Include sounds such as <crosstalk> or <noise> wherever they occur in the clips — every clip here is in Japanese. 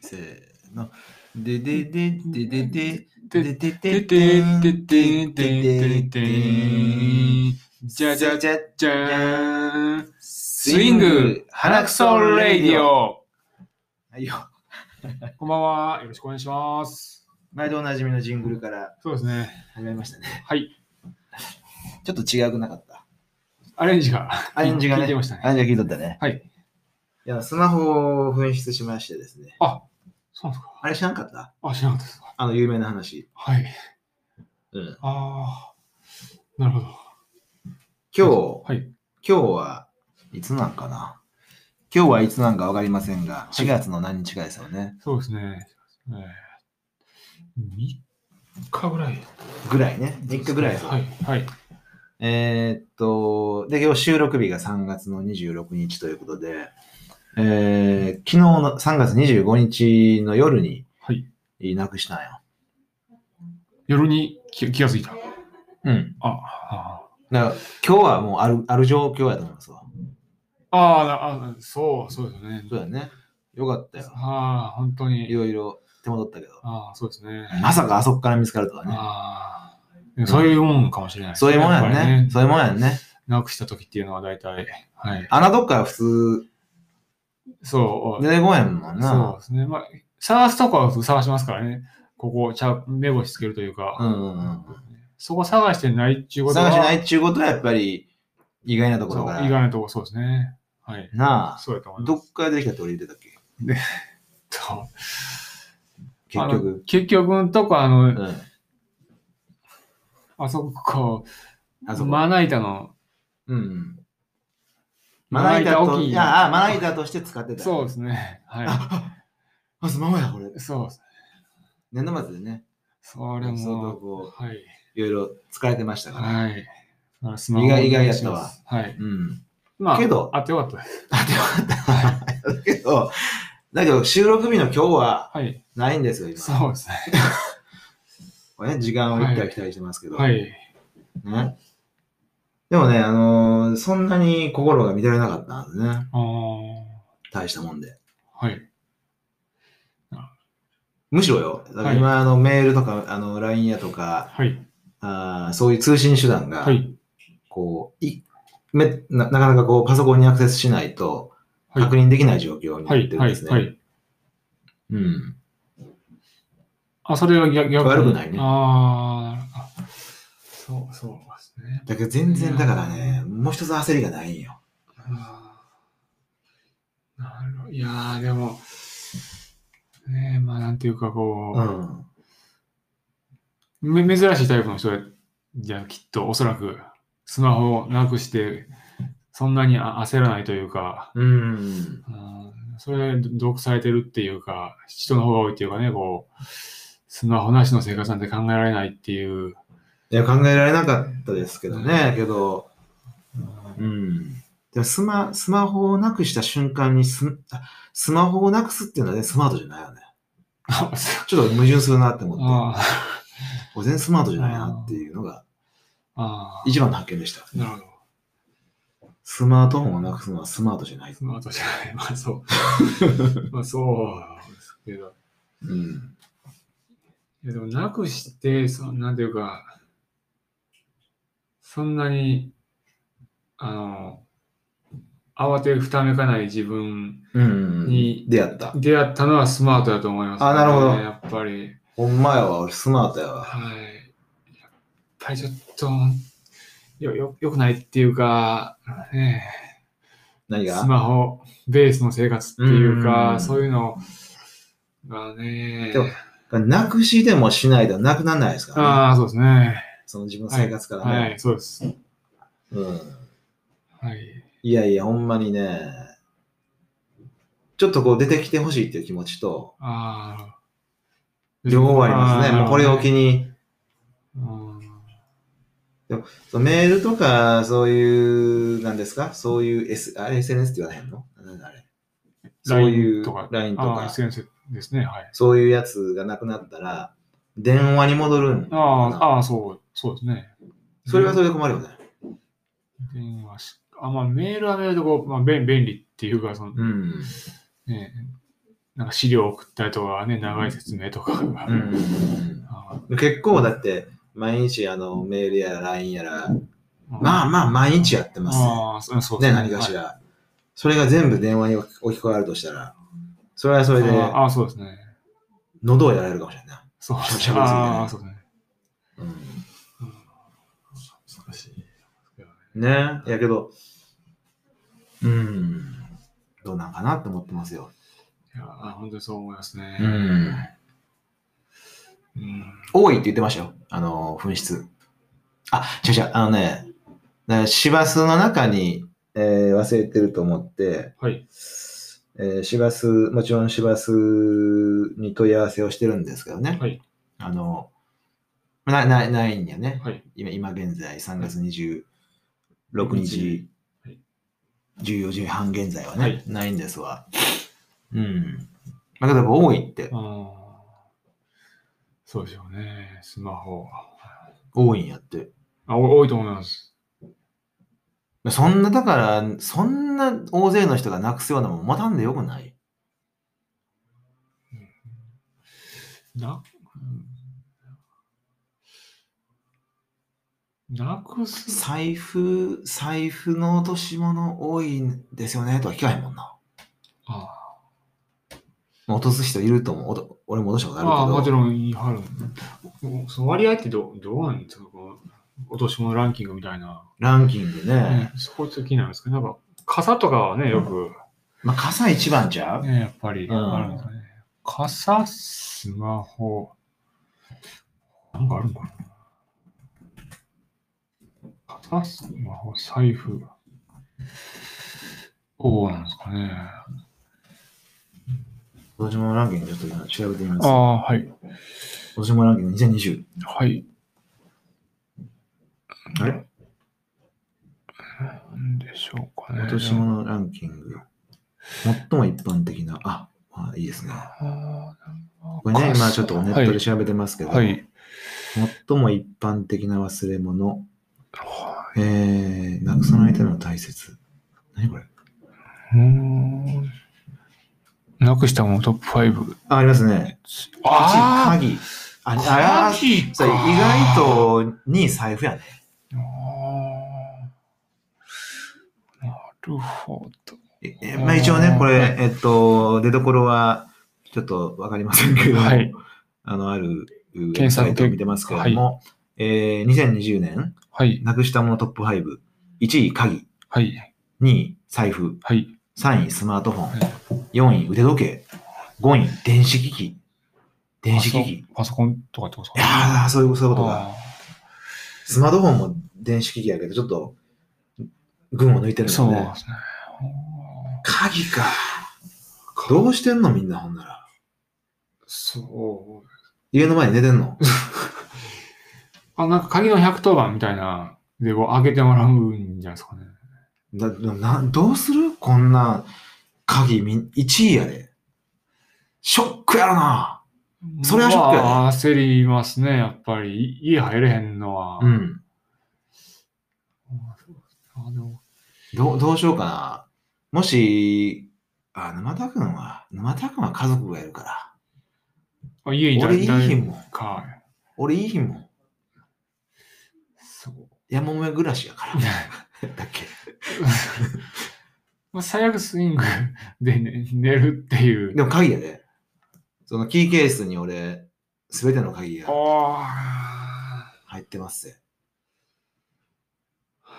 せーの。でででででででででてででてんてでんてんてんてでんてでん。じゃじゃじゃゃじゃーん。スイング、花くそレイディ。オ。はいよ。こんばんは。よろしくお願いします。毎度おなじみのジングルからそうですね。始めましたね。はい。ちょっと違くなかった。アレンジが。アレンジがね。聞いてましたねアレンジが聞いとったね。はい。いや、スマホを紛失しましてですね。あ、そうなんですか。あれ知らんかったあ、知らなかったですか。あの有名な話。はい。うん。ああ。なるほど。今日、はい。今日はいつなんかな今日はいつなんかわかりませんが、はい4月の何日かですよね。そうですね。えー3日ぐらい。ぐらいね。3日ぐらいです。はい。はい。えーっと、で、今日収録日が3月の26日ということで、えー、昨日の3月25日の夜にはい。なくしたんよ。夜に気気がついた。うん。あ、あだから今日はもうあるある状況やと思いますわ。ああーなあ、そう、そうですよね。そうだね。よかったよ。ああ、本当いに。ろいろ手戻ったけど。ああ、そうですね。まさかあそこから見つかるとはね。ああ、そういうもんかもしれないですそね、ういうもんやんっぱりね。そういうもんやんね。なくした時っていうのは大体、はい。あんなとこから普そ通う。出てこんやんもんそうな。ですね。まあ、探すとこは探しますからね。ここ、ちゃ目星つけるというか、うんうんうんそこ探してないっていううん。こと探はしないっちゅうことはやっぱり意外なところかそうら。意外なとこ、そうですね。はい。なあ、そうやと思いますどっから出てきたって俺言ってたっけそう結あの局。結局のとこ、あの、うん。あそこ、あそこ。まな板の、うん。ままなな板板置と、きいや、あ、まな板として使ってた。そうですね。はあ。あ、スマホや、これ。 <laughs> い。そうですね。年度末でね、それ相も当、こはい。いろいろ使えてましたから。はい。まあス意外意外やったわお願いしますはい。うん。まあ、けどあってよかったです。あ、でもあった。けど、だけど収録日の今日ははい。ないんですよ、今。そうですね。これね、時間を行ったり来たりしてますけど。はい。ね。でもね、あのーそんなに心が乱れなかったんでね。ああ大したもんで。ー。はい。むしろよ、だから今、あのメールとか、あの、LINE やとか、はい。あーそういう通信手段が、はい。こう、いめななかなかこう、パソコンにアクセスしないと、はい確認できない状況になってはい。るんはでい。すね。はい。うん。あ、それは逆逆悪くないねあーあ。そう、そうですね。だけど全然、だからね、もう一つ焦りがないんよ。あーなるほど。いやー、でも、ねえ、まあ、なんていうか、こう、うん。め珍しいタイプの人じゃきっとおそらくスマホをなくしてそんなにあ焦らないというか、うん。うん、それに毒されてるっていうか人の方が多いっていうかねこうスマホなしの生活なんて考えられないっていう <laughs> いや、考えられなかったですけどね、けど、うん。でもスマ、スマホをなくした瞬間にス、あスマホをなくすっていうのはね、スマートじゃないよね。あちょっと矛盾するなって思って、あ全然スマートじゃないなっていうのがあ一番の発見でした。なるほどスマートフォンをなくすのはスマートじゃない。スマートじゃないまあそうまあそうですけどうん。いやでもなくして、そのなんていうか、そんなに、あの、慌てふためかない自分、うんに出会った。出会ったのはスマートだと思います、あなるほどやっぱり、ほんまやわ、俺スマートやわ。はい。やっぱりちょっと、よ、よ、よくないっていうか、ねえ何スがマホベースの生活っていううか、んそういうのがね、でもなくしでもしないとなくならないですからね。ああ、そうですね。その自分の生活からね。はい、そうです。うん。はい。いやいや、ほんまにね、ちょっとこう出てきてほしいっていう気持ちと、ああ。両方ありますね。もうこれを機に。に、うんそのメールとか、そういう、なんですかそういう、S、あれ SNS って言われへんのなんだあれそういう LINE とか、 LINE とああ、か、 SNS ですね。はい。そういうやつがなくなったら、電話に戻るんかあなあ、ああ、そう、そうですね。それはそれで困るよね。電話し、あ、まあメールはメールでこう、まあ便便利っていうか、その、うん。ね、なんか資料送ったりとかね、長い説明とかが。うんあ結構だって、毎日あのメールやら LINE やら、ーまあまあ毎日やってますね。ああ、そうそうね、何かしはいら。それが全部電話に置き換わるとしたら、それはそれであーあー、そうですね。喉をやられるかもしれないな。そしうゃしですゃべりね。すぎてねああ、そうですうね。うんん、難しい。ねやけど、うん、どうなんかなって思ってますよ。いやー、本当にそう思いますね。ん。うん多いって言ってましたよ。あの、紛失。あ、違う違う、あのね、だから市バスの中に、えー忘れてると思って、はい。えー市バス、もちろん市バスに問い合わせをしてるんですけどね。はい。あの、ななないんやね。はい。今今現在、3月26日、はい14時半現在はね、はいないんですわ。うん。まあ、だから多いってあ、あ。そうでしょうね。スマホ。多いんやって。あ、お多いと思います。そんな、だから、そんな大勢の人がなくすようなもん持たんでよくないな、うんなくす。財布、財布の落とし物多いんですよねとは聞かへんもんな。あまあ落とす人いると思うおと。俺も落としたこーとああー、もるけちど。ろん言い張る。おその割合ってどどうなんですかこう落とし物ランキングみたいな。ランキングね。うんそういう時なんですかなんか、傘とかはね、よく、まあ、傘一番ちゃう、ね、やっぱりうんあるんですかね。傘、スマホ、なんかあるのかな傘、スマホ、財布。おうなんですかね。落とし物ランキングちょっと今調べてみます。あ落あ、はい。とし物ランキング2020。はい。あれなんでしょうかね。落とし物ランキング。最も一般的な。あ、まあ、いいですね。あー。これね、今傘ちょっとネットで調べてますけど、はい。はい最も一般的な忘れ物。えー、なくさないための大切。何これうーん。なくしたものトップ5。あ、ありますね。あ鍵。あ、ーあ、あ鍵そう意外と2位財布やね。あーなるほど。ええまあ一応ね、これ、えっと、出どころはちょっとわかりませんけれども、はいあの、ある検索サイトを見てますけれども、えー、2020年、はい、なくしたものトップ5。1位鍵、はい、 2位財布、はい。 3位スマートフォンはい、 4位腕時計、5位電子機器。電子機器。いパソパソコンとかってことですかやー、そういうそういうことが。あスマートフォンも電子機器やけど、ちょっと、群を抜いてーるそもうんでね。すね。鍵か。どうしてんのみんなほんなら。そう。家の前に寝てんの <laughs> あ、なんか鍵の110番みたいな、で、こう開けてもらうんじゃないですかね。だなどうするこんな鍵みん、1位やで。ショックやろな。それはショックやねまあ、焦りますね、やっぱり。い家入れへんのは。うん。あでもどうどうしようかな。もし、あ、沼田くんは、沼田くんは家族がいるかあ家ら。に俺いい日誰もん。か。俺いい日もん。そう。やもめ暮らしや <laughs> から。だっけ。 <laughs> まあ、最悪スイングで、ね、寝るっていう。でも鍵やで。そのキーケースに俺、すべての鍵があ入ってますぜ。あ。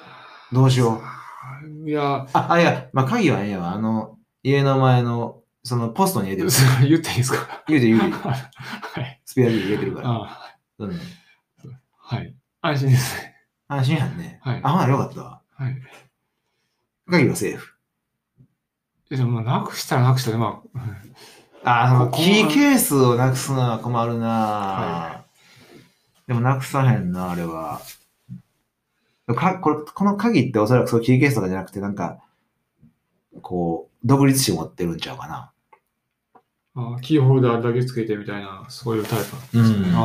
どうしよう。いや、あ、あ、いや、まあ鍵はええやわ。あの、家の前の、そのポストに入れて <laughs> る。それ言っていいですか <laughs> 言うて言うて。はい。スペアリー入れてるから。あうん。はい。安心ですね。安心やんね。はいあ、ほなよかったわ。はい。鍵はセーフ。えでも、まあなくしたらなくしたで、まあ、あ、そのここキーケースをなくすのは困るな、はでもなくさへんな、あれは。かこれこの鍵っておそらくそうキーケースとかじゃなくて、なんか、こう、独立心持ってるんちゃうかな。あキーホルダーだけつけてみたいな、そういうタイプなんですね。うんあ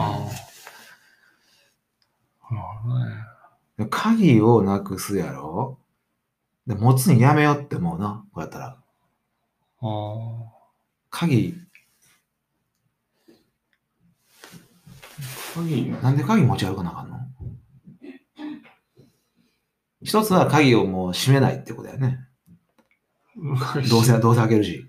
あ。なるほどね。鍵をなくすやろで持つにやめようって思うな、こうやったら。あ鍵鍵。なんで鍵持ち歩かなあかんの一つは鍵をもう閉めないってことだよね。どうせ、どうせ開けるし。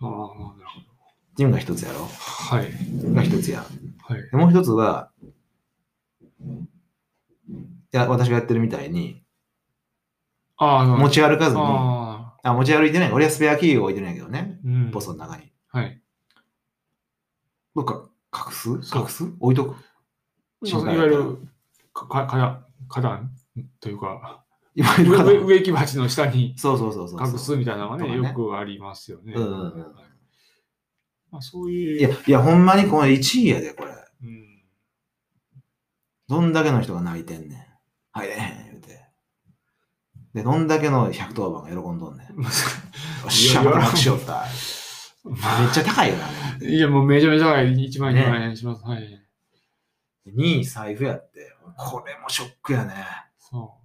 ああ、なるほど。っていうのが一つやろ。はい。が一つや。はい。でもう一つは、いや、私がやってるみたいに、ああ、持ち歩かずに、あああ、持ち歩いてない。俺はスペアキーを置いてるんやけどね。うん。ポストの中に。はい。どっか隠すそう隠す置いとく。そういわゆる、か、か、かだ、花壇という <laughs> か、いわゆる植植か植木鉢の下にそうそうそうそうそう。隠すみたいなのがね、とかねよくありますよね。うんうんうんはいまあ、そういう。いや、いや、ほんまにこれ1位やで、これ。うん。どんだけの人が泣いてんねん。入れへん、言うて。で、どんだけの110番が喜んどん <laughs> ねん。よっしゃ、いやまた拍手しよった。めっちゃ高いよな。いや、もうめちゃめちゃ高い。1万ね2万円します。はい。 2位、財布やって。これもショックやね。そ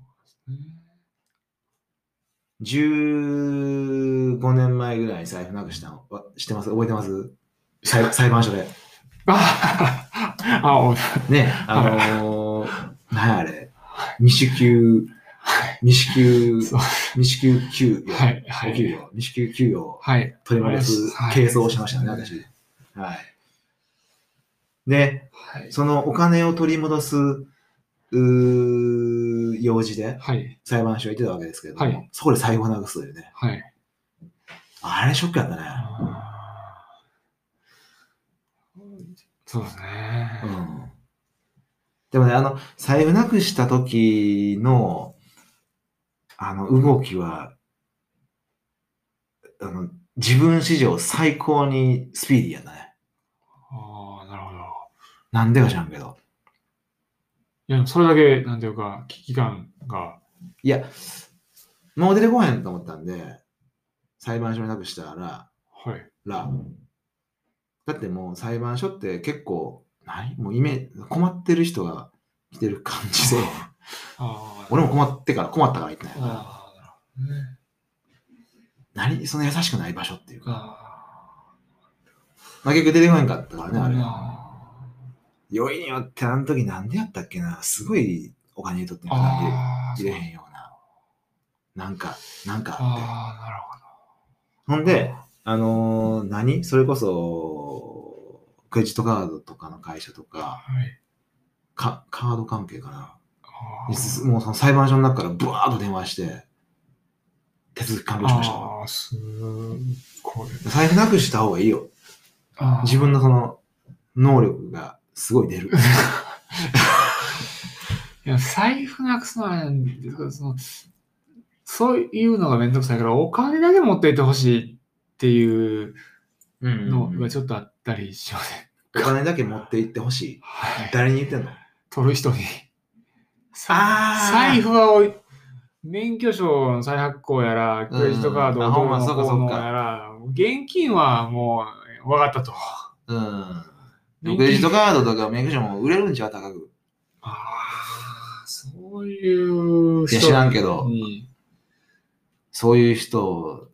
うですね。 15年前ぐらいに財布なくしたの。わ知ってます覚えてます <laughs> 裁裁判所で。ああ、あおね、あのー、何やあれ。未支給、未支給、そう未支給給与。はい、はお給い。料、未支給給与をはい。取り戻すはい係争をしましたね、はい私。はい。で、はい。そのお金を取り戻す、うー用事ではい。裁判所行ってたわけですけれども、はいそこで財布をなくすというね。はい。あれショックやったね。あーそうですねう。ん。でもね、あの、財布なくした時の、あの、動きは、あの、自分史上最高にスピーディーやったね。ああ、なるほど。なんでか知らんけど。いや、でもそれだけ、なんていうか、危機感が、いや、もう出てこへんと思ったんで、裁判所になくしたら、はい。ら、だってもう裁判所って結構、何もうイメージ、困ってる人が来てる感じで、ああ、俺も困ってから、困ったから行ってないから、ああ、なるほどね。何その優しくない場所っていうか、あまあ、結局出てこへんかったからあ、ね、あれ。あよいによってあの時なんでやったっけな、すごいお金取ってんかなあ、入れ入れへんような。なんか、なんかあって。ああ、なるほほんで、あのー何それこそ、クレジットカードとかの会社とど。か、はい。かカード関係かな。ああすもうその裁判所の中からブワーッと電話して、手続き完了しましああ、すごい。た。財布なくした方がいいよ。あー自分のその、能力がすごい出る。いや、財布なくすのはね、その、そういうのがめんどくさいから、お金だけ持っていってほしいっていううんのがちょっとあったりしません。お金だけ持って行ってほしい。はい。誰に言ってんの取る人に。あー財布はおい、免許証の再発行やら、クレジットカードうんあどほうんまのそうかこうそのうかやら、現金はもう、わかったと。うん。クレジットカードとか免許証も売れるんちゃう高く。ああ、そういういや知らんけどにそういう人、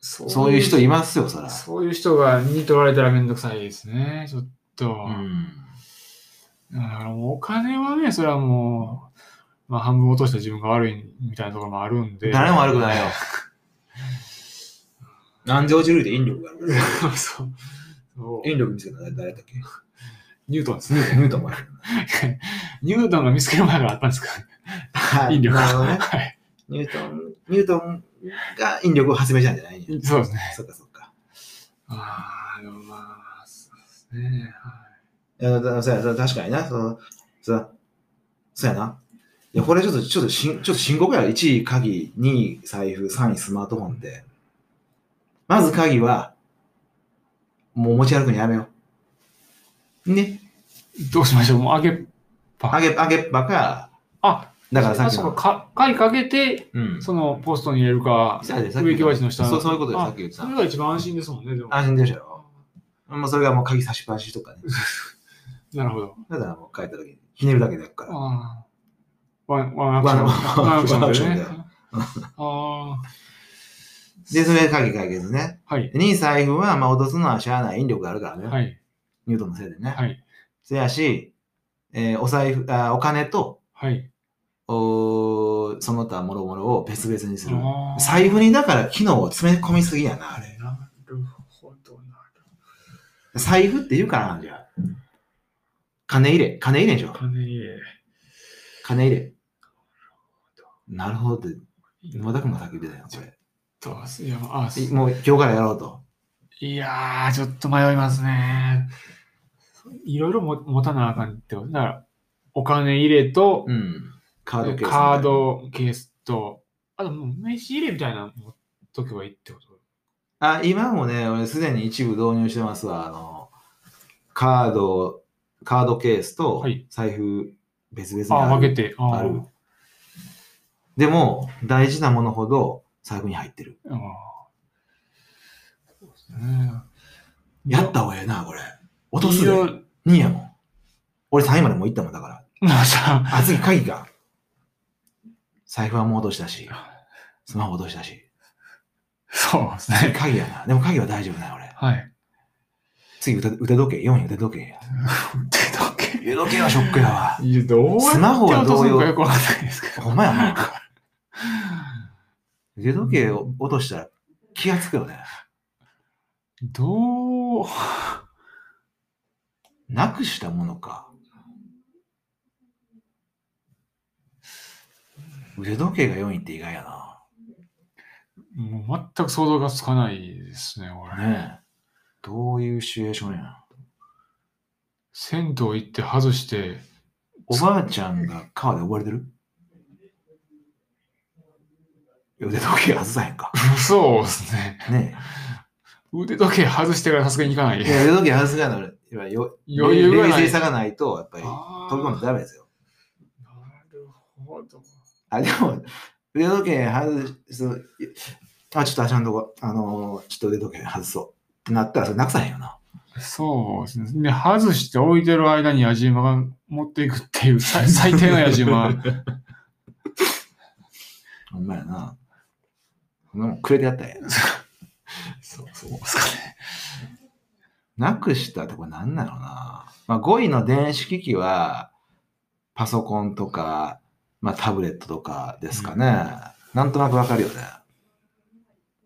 そそういう人いますよ、そら。そういう人がに取られたらめんどくさいですね、ちょっと。うん。だからもうお金はね、それはもう、まあ、半分落とした自分が悪いみたいなところもあるんで。誰も悪くないよ。何で落ちるで引力があるから。 <laughs> そう。そう引力見つけたの誰だっけニュートンですニね。ューニュートンもある。ニュートンが見つける前からあったんですかは引力なるほどね。はい。ニュートン、ニュートンが引力を発明したんじゃないんや。そうですね。そっかそっか。ああ、でもまあ、そうですね。はいや、だそうや、そう確かにな。その、そのそうやな。いや、これちょっと、ちょっとしん、ちょっと深刻や。1位鍵、2位財布、3位スマートフォンで。まず鍵は、もう持ち歩くのやめよう。ね。い。どうしましょうもう開けっぱ。あげ、あげっぱか、あ、だからさあっきそうの。か、か鍵かけて、うん。そのポストに入れるか、そうやでさっきの植木鉢の下そうそういうことであさっき言ってたそれが一番安心ですもんね、でも。安心でしょよ。まあ、それがもう鍵差しっぱなしとかね。なるほど。だからもう帰った時に、ひねるだけだから。ああ。ワン、ワンアクション。ワンアクションワンアクションでワンアクションね。あで、それで鍵解決ね。あ。はい。 2位財布は、まあ、落とすのはしゃあない引力があるからね。はい。ニュートンのせいでね。はい。せやし、えーお財布あ、お金と、はい。おーその他諸々を別々にする。あー財布にだから機能を詰め込みすぎやな、あれ。なるほどなる財布って言うからなんじゃ。金入れ、金入れでしょほど。。金入れ。金入れ。なるほどって、今田君がさっき言ってたよ、こどうすいやあすれ。いもう今日からやろうと。いやー、ちょっと迷いますね。いろいろも持たなあかんってこと。だから、お金入れと、うん。カードケースみたいな。カードケースと、あともう名刺入れみたいなの持っとけばいいってこと。あ、今もね、俺すでに一部導入してますわ。あの、カード、カードケースとはい財布別々にあああ、分る。けて。ああるでも、大事なものほど財布に入ってる。あーそうですねやった方がええな、これ。落といすろいでろ <laughs> 2やもん。俺3位までもう行ったもんだから。まあさ、あ、次鍵か。財布はもう落としたし、スマホ落としたし。そうです次ね。鍵やな。でも鍵は大丈夫な、俺。はい。次腕、腕時計、4位腕時計や。腕時計。腕時計はショックやわ。いや、どうやってスマホは落とすの同か様よくわかんないですけど。ほんまやな。腕時計を落としたら気がつくよね。どう、なくしたものか。腕時計が4位って意外やもう全く想像がつかないですね、俺。な。ねえ。どういうシチュエーションやな。銭湯行って外して、おばあちゃんが川で溺れてる腕時計外さへんか。そうですね。ね腕時計外してからさすがに行かないえ。い。や腕時計外すがなら、よ余裕が冷ない。静さがないと、やっぱりあー飛び込んでダメですよ。なるほど。あ、でも、腕時計外す、そうあ、ちょっと足のとこ、あのーちょっと腕時計外そうってなったら、それなくさへんよな。そうですね。で、外して置いてる間に矢島が持っていくっていう、最最低の矢島。ほんまやな。そんなもんくれてやったんやな。 <laughs> そう、そうですかね。なくしたとこなんなのな。まあ、5位の電子機器は、パソコンとか、まあ、タブレットとかですかね。なんとなくわかるよね。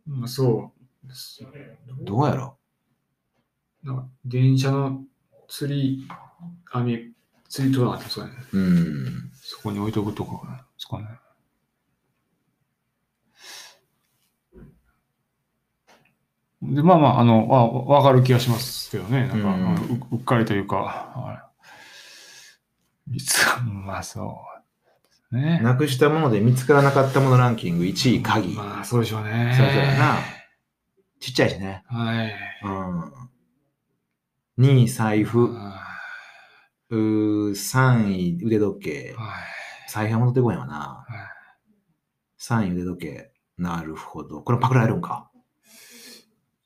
まあ、そうですね。どうやろなんか電車の釣り網、釣りトラーですかね。う。うん。そこに置いとくとかですかね。で、まあまあ、あの、わわかる気がしますけどね。なんか、うんうんううっかりというか、はい。いつ、まあそう。ね。なくしたもので見つからなかったものランキング1位、鍵。まあそうでしょうね。そうだよなちっちゃいしね。はい。うん。2位、財布。はうー3位、腕時計い。。は財布は戻ってこいよな。い。 3位、腕時計。なるほど。これパクられるんか。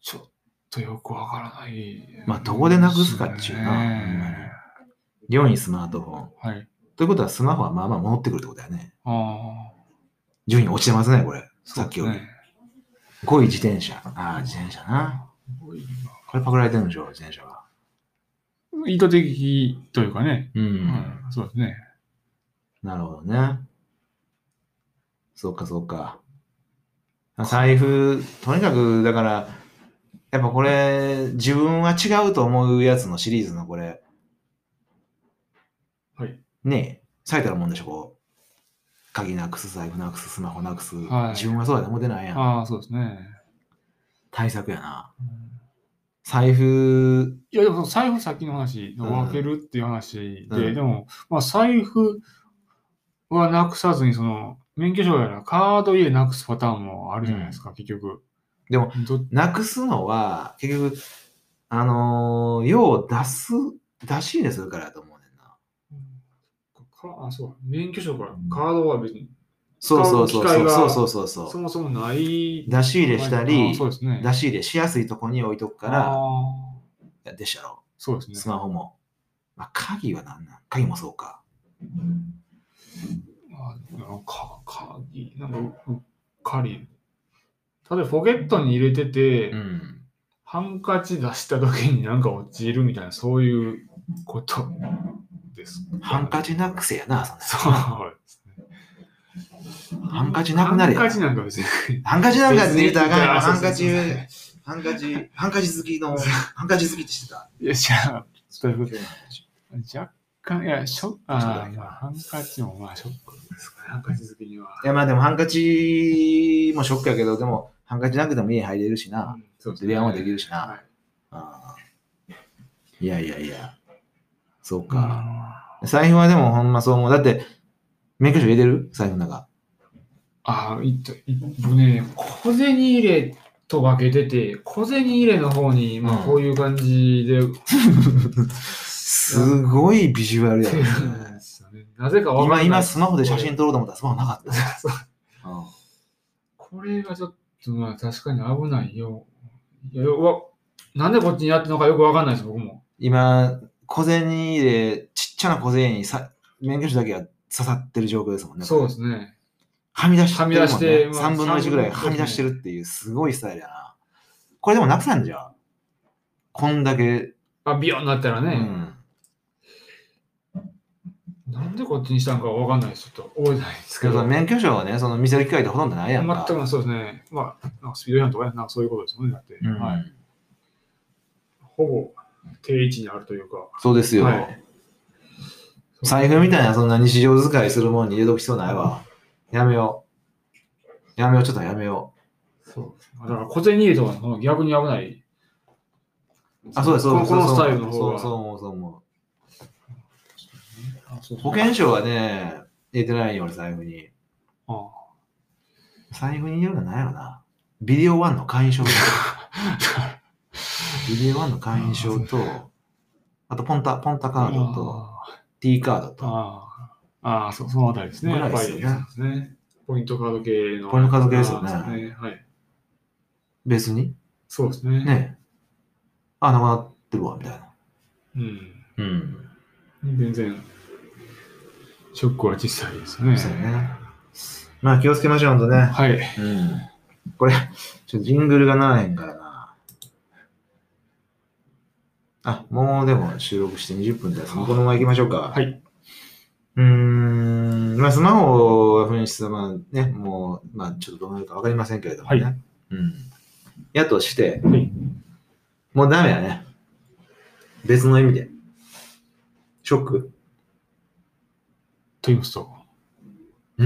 ちょっとよくわからない。まあどこでなくすかっちゅうなね4位、スマートフォン。はい。ということは、スマホはまあまあ戻ってくるってことだよね。ああ。順位落ちてますね、これ。さっきそうよでり。すね5位、自転車。ああ、自転車な。これパクられてるんでしょ、自転車は。意図的というかね。うん。うんそうですね。なるほどね。そうか、そうか。財布、とにかく、だから、やっぱこれ、自分は違うと思うやつのシリーズのこれ、はい。ねえ、最たるもんでしょ、こう。鍵なくす、財布なくす、スマホなくす。はい自分はそうだと思ってないやん。ああ、そうですね。対策やな。うん財布、いや、でも財布さっきの話、分けるっていう話で、うんでも、まあ、財布はなくさずに、その、免許証やらカード入れなくすパターンもあるじゃないですか、結局。でもど、なくすのは、結局、あのー、用を出す、出し入れするからやと思うねんな。かあ、そう、免許証からカードは別に、そうそうそう使う機会がそうそうそうそうそそう。もそもない。出し入れしたあり、そうですね。出し入れしやすいとこに置いとくかあら、ーやでしたろ。そうですね。スマホも。まあ、鍵はなんなん鍵もそうか。あなんか鍵、なんかううっかり。例えばポケットに入れてて、ん。ハンカチ出した時になんか落ちるみたいな、そういうことでです。ハンカチなくせやな、そんなそうですね。ハンカチなくなれやハンカチなんか別に。ハンカチなんか入れたらあかんやろハンカ別チに、そうそうそうハンカチ、ハンカチ好きの、ハンカチ好きって知ってた。いや、じゃあ、ちょっとそう若干、いや、ショック、ちょあっとだーけまあ、ハンカチもまあ、ショックですかね、ハンカチ好きには。いや、まあでもハンカチもショックやけど、でもハンカチなくても家入れるしな。うんそう電話もできるしなはいあーいやいやいや。そうか。あ財布はでもほんまそう思う。だって、免許証入れてる財布の中。あ、いった、い僕ね、小銭入れと分けてて、小銭入れの方に、まうあ、んこういう感じで、すごいビジュアルやね。なんですよねなぜか分かんな今、い今スマホで写真撮ろうと思ったらスマホなかった。そううんこれがちょっと、まあ、確かに危ないよ。いやよわなんでこっちにやってるのかよく分かんないです、僕も。今、小銭入れ、ちっちゃな小銭にさ免許証だけが刺さってる状況ですもんね。そうですね。はみ出してるもん、ね、はみ出してまあ3分の1ぐらい三は分の一み出してるっていう、すごいスタイルやな。これでもなくさんじゃん。こんだけ。あ、ビヨンになったらうね、ん。なんでこっちにしたのか分かんないです。ちょっと覚えてないですけけどそどの。免許証をね、その見せる機会ってほとんどないやんか。全くそうですね。まあ、なんかスピード違反とかねなんかそういうことですもんね。だって、うんはい、ほぼ定位置にあるというか。そうですよ。はい財布みたいな、そんな日常使いするもんに入れとく必要ないわ。やめよう。やめよう、ちょっとやめよそう。だから小銭入れとかの方が逆に危ない。う。あ、そうです、そうです。このこのスタイルのそ方うがそう思う、そう思あそうう。保険証はね、入れてないよ、俺、財布に。あ財布に入れるのなんやろな。ビデオワンの会員証と。 <laughs> ビデオワンの会員証と、あとポンタ、ポンタカードと、あ T カードと、あああ、そそのあたりですね。ぐらやっいでぱすりよねそうですね。ポイントカード系の。ポイントカード系ですよねあそうはい。別に。そうですね。ねえ。あ、なくなってるわ、みたいな。うん。うん。全然、ショックは小さいですね。そうやね。まあ気をつけましょう、ほんとね。はい。うん。これ、ちょっとジングルがならへんからな。あ、もうでも収録して20分です。このまま行きましょうか。はいはい。うーん、まあ、スマホは紛失は、まあね、もう、まあ、ちょっとどうなるかわかりませんけれどもね。はうん。やとして、はい。もうダメだね。別の意味で。ショックと言いますと。ん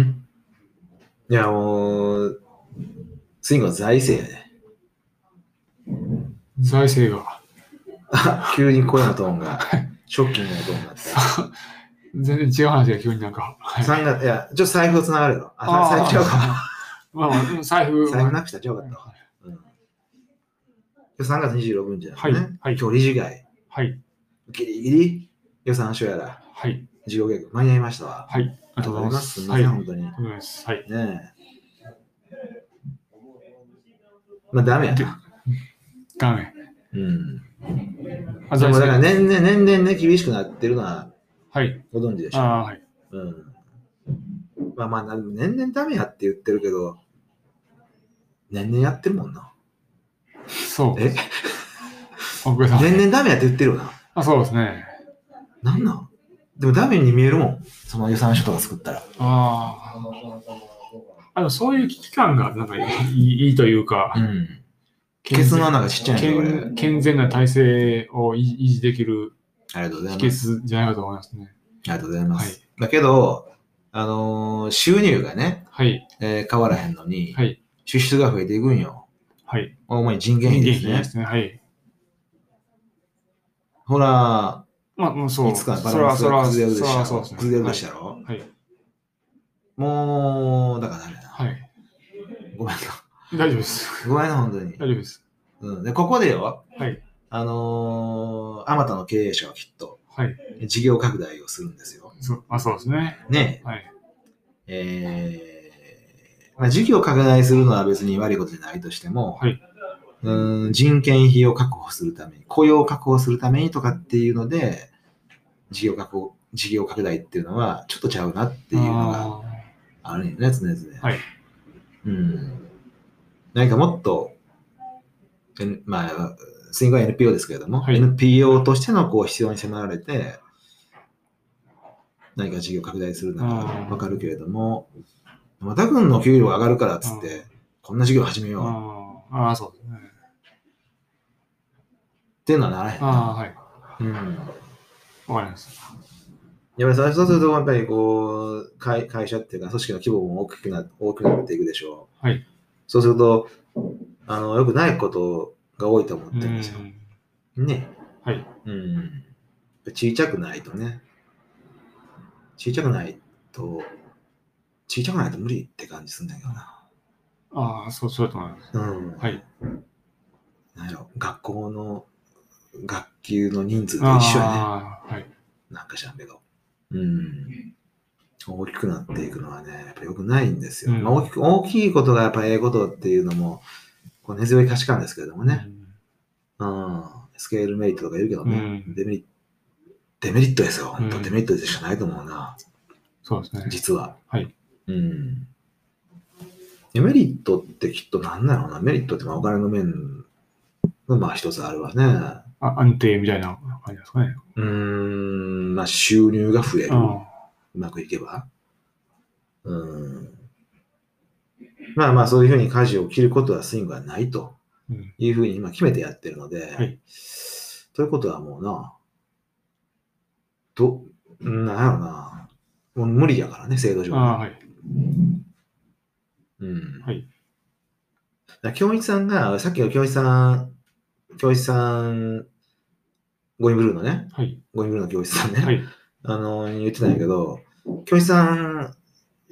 いや、もう、次の財政やね。財政があ <laughs> 急に声のトーンが、ショッキングなトーンになって。 <laughs> 全然違う話が急になんか。はい三月、いや、ちょっと財布つながるの。あ、財布ちゃうか。まあまあ、でも財布。財布なくしたらちゃうかったわ。うん。3月26日だね。はいはい今日理事会。はい。ギリギリ予算書やら、はい。事業計画間に合いましたわ。はい。ありがとうございます。すみまはせん、い。あ本り当に。がとうございます。はい。ねえ。まあ、ダメやな。ダメ。うん。あ、で財も、だから年政。々、年々ね、厳しくなってるのははい。ご存知でしあょあ、はい。う。うん。まあまあ、な年々ダメやって言ってるけど、年々やってるもんな。そう。えお疲れ様年々ダメやって言ってるよな。あ、そうですね。なんなんでもダメに見えるもん。その予算書とか作ったら。ああ。あの、そういう危機感が、なんかいい、いいというかう、ん。ケツの穴がちっちゃいね、これ。健健全な体制を維維持できるありがとうござい秘ます。訣じゃないかと思いますね。ありがとうございます。はいだけど、あのー収入がね、はい。えー変わらへんのに、はい。支出が増えていくんよ。はい。主に人件費です元気ねで。すね。はい。ほら、まあ、もうそう。いつかバそれランは、スそれがは、崩れそれるでしは、ょそう。ですね。崩れるでしょやろ、はい。もう、だからダメだ。はい。ご <laughs> めんな。大丈夫です。 <laughs> ごめんな、本当に。大丈夫です。うん、でここでよ、はい。あのー、あまたの経営者はきっと、はい。事業拡大をするんですよ。そうあ、そうですね。ねはい。えーまあ、事業拡大するのは別に悪いことじゃないとしても、はいうーん人件費を確保するために、雇用を確保するためにとかっていうので、事業確保事業拡大っていうのはちょっとちゃうなっていうのがあるんよね、常々。はいうん。何かもっと、N- まあ、スイングは NPO ですけれども、はい NPO としてのこう必要に迫られて、何か事業拡大するなうらんわかるけれども、また君の給料が上がるからっつっうんて、こんな事業始めようっあーあー、そうですね。ていうのはならへんな。ああ、はい。うん。わかりましやっぱりそうすると、やっぱりこう会、会社っていうか、組織の規模も大きくな大きくなっていくでしょう。はいそうすると、あの、よくないことが多いと思ってた。るんですよ。ね。はい。うん。小さくないとね。小さくないと、小さくないと無理って感じすんだけどな。ああ、そう、そうだと思います。うん。はい。なんやろ、学校の学級の人数とあ一緒やね。あー、はい。なんか知らんけど。うん。大きくなっていくのはね、やっぱ良くないんですよ。うんまあ、大きく大きいことがやっぱええことっていうのも、こう根強い価値観ですけれどもね。うん。スケールメリットとか言うけどね。うんデメリット。デメリットですよ。本当うんデメリットでしかないと思うな。そうですね。実は。はい。うん。デメリットってきっと何なのな。メリットってまあお金の面のまあ一つあるわね。あ安定みたいな感じですかね。うん。まあ収入が増える。あうまくいけば。うん。まあまあ、そういうふうに舵を切ることはスイングはないとーうんいうふうに今決めてやってるので、はいということはもうな、ど、なんやろな、もう無理やからね、制度上。ああ、はい。うん。はいだから教一さんが、さっきの教一さん、教一さん、ゴインブルーのね、はい。ゴインブルーの教一さんね、はい。あの、言ってたんやけど、教師さん、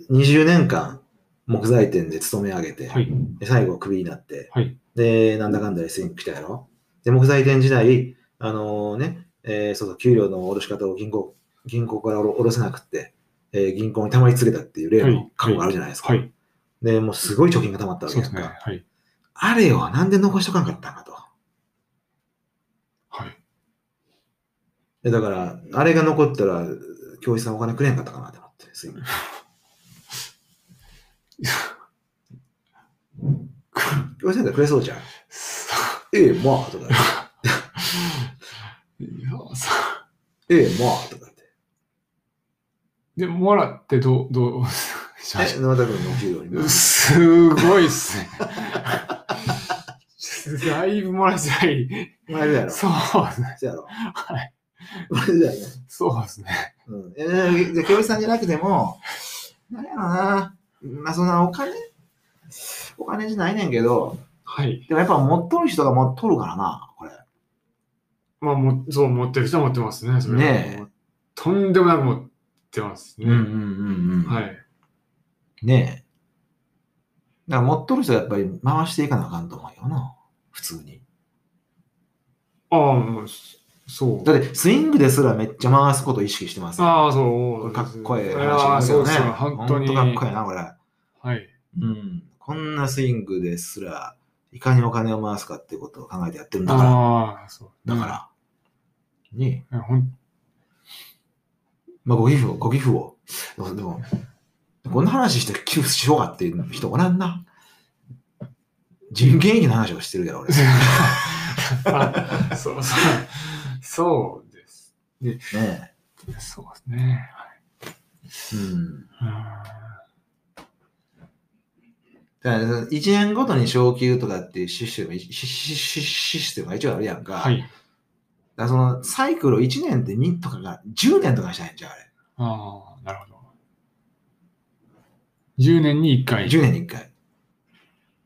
20年間、木材店で勤め上げて、はい。で最後、クビになって、はいで、なんだかんだ SM 来たやろ。で、木材店時代、あのね、えーそうそう、給料の下ろし方を銀行、銀行から下ろ下ろせなくって、えー銀行に溜まり続けたっていう例はいの過去があるじゃないですか。はい。で、もうすごい貯金が溜まったわけそやうでんすか。ね。はい。あれよ、なんで残しとかんかったんかと。はい。でだから、あれが残ったら、教師さんお金くれんかったかなと思って、すいません教師さんだったらくれそうじゃん。そええ、まあ、とか言って。ういやそうええ、まあ、とかって。で、もらってどう、どうしましえ、野田君のお給料にたも。すごいっすね。だいぶもらいづらい。もらえるやろ。。そううですね。そやろ。はい。もらえるやろね。そうですね。うん。え、じゃあ教師さんじゃなくても、なんやろな。まあ、そんなお金お金じゃないねんけど、はい。でもやっぱ持っとる人が持っとるからな、これ。まあ、もそう思ってる人は持ってますね。それはねえとんでもなく持ってますね。うん。はいい。ねえ。だから持っとる人はやっぱり回していかなあかんと思うよな。普通に。ああ、もう、そう。だって、スイングですらめっちゃ回すことを意識してます。ああ、そこうでれす。かっこええああ、話ですそうよでねすよ。。本当に。ほんとかっこええな、これ。はい。うん、こんなスイングですら、いかにお金を回すかっていうことを考えてやってるんだかああ、そう。ら。だから。に、うん。ほんまあ、ご寄付を、ご寄付を。でも、でもこんな話して寄付しようかっていう人おらんな。人件費の話をしてるやろ、俺。ねあそう、そう。そうです。そうですね。え。うん。はだから、1年ごとに昇給とかっていうシステム、シシシシステムが一応あるやんか。い。はだかい。らその、サイクルを1年で2とかが、10年とかにしたいんじゃん、あれ。ああ、なるほど。10年に1回。 10年に1回。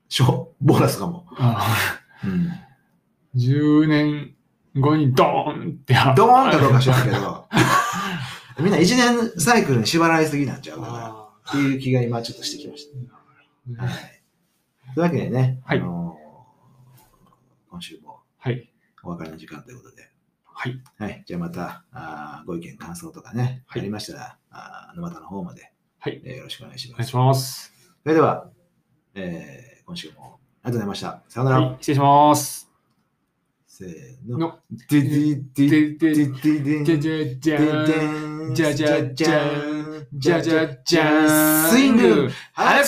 しょ、ボーナスかも。あうん。あ10年後にドーンって。ドーンかどうか知らんけ <laughs> ど、みんな一年サイクルに縛られすぎなんちゃうかなあっていう気が今ちょっとしてきましーた。はい。というわけでね、はいあのー今週もはい。お別れの時間ということで、はい。はい、じゃあまたあーご意見、感想とかね、はいありましたら、あー沼田の方まで、はいえーよろしくお願いしおま願いす。します。それでは、えー今週もありがとうございました。さようなら。はい。失礼します。せーの。の。ディディディで、で、デじィディディゃじゃじゃーん。じじゃゃじじゃゃじじゃゃーんーん。じゃじゃじゃーん。スイング Alex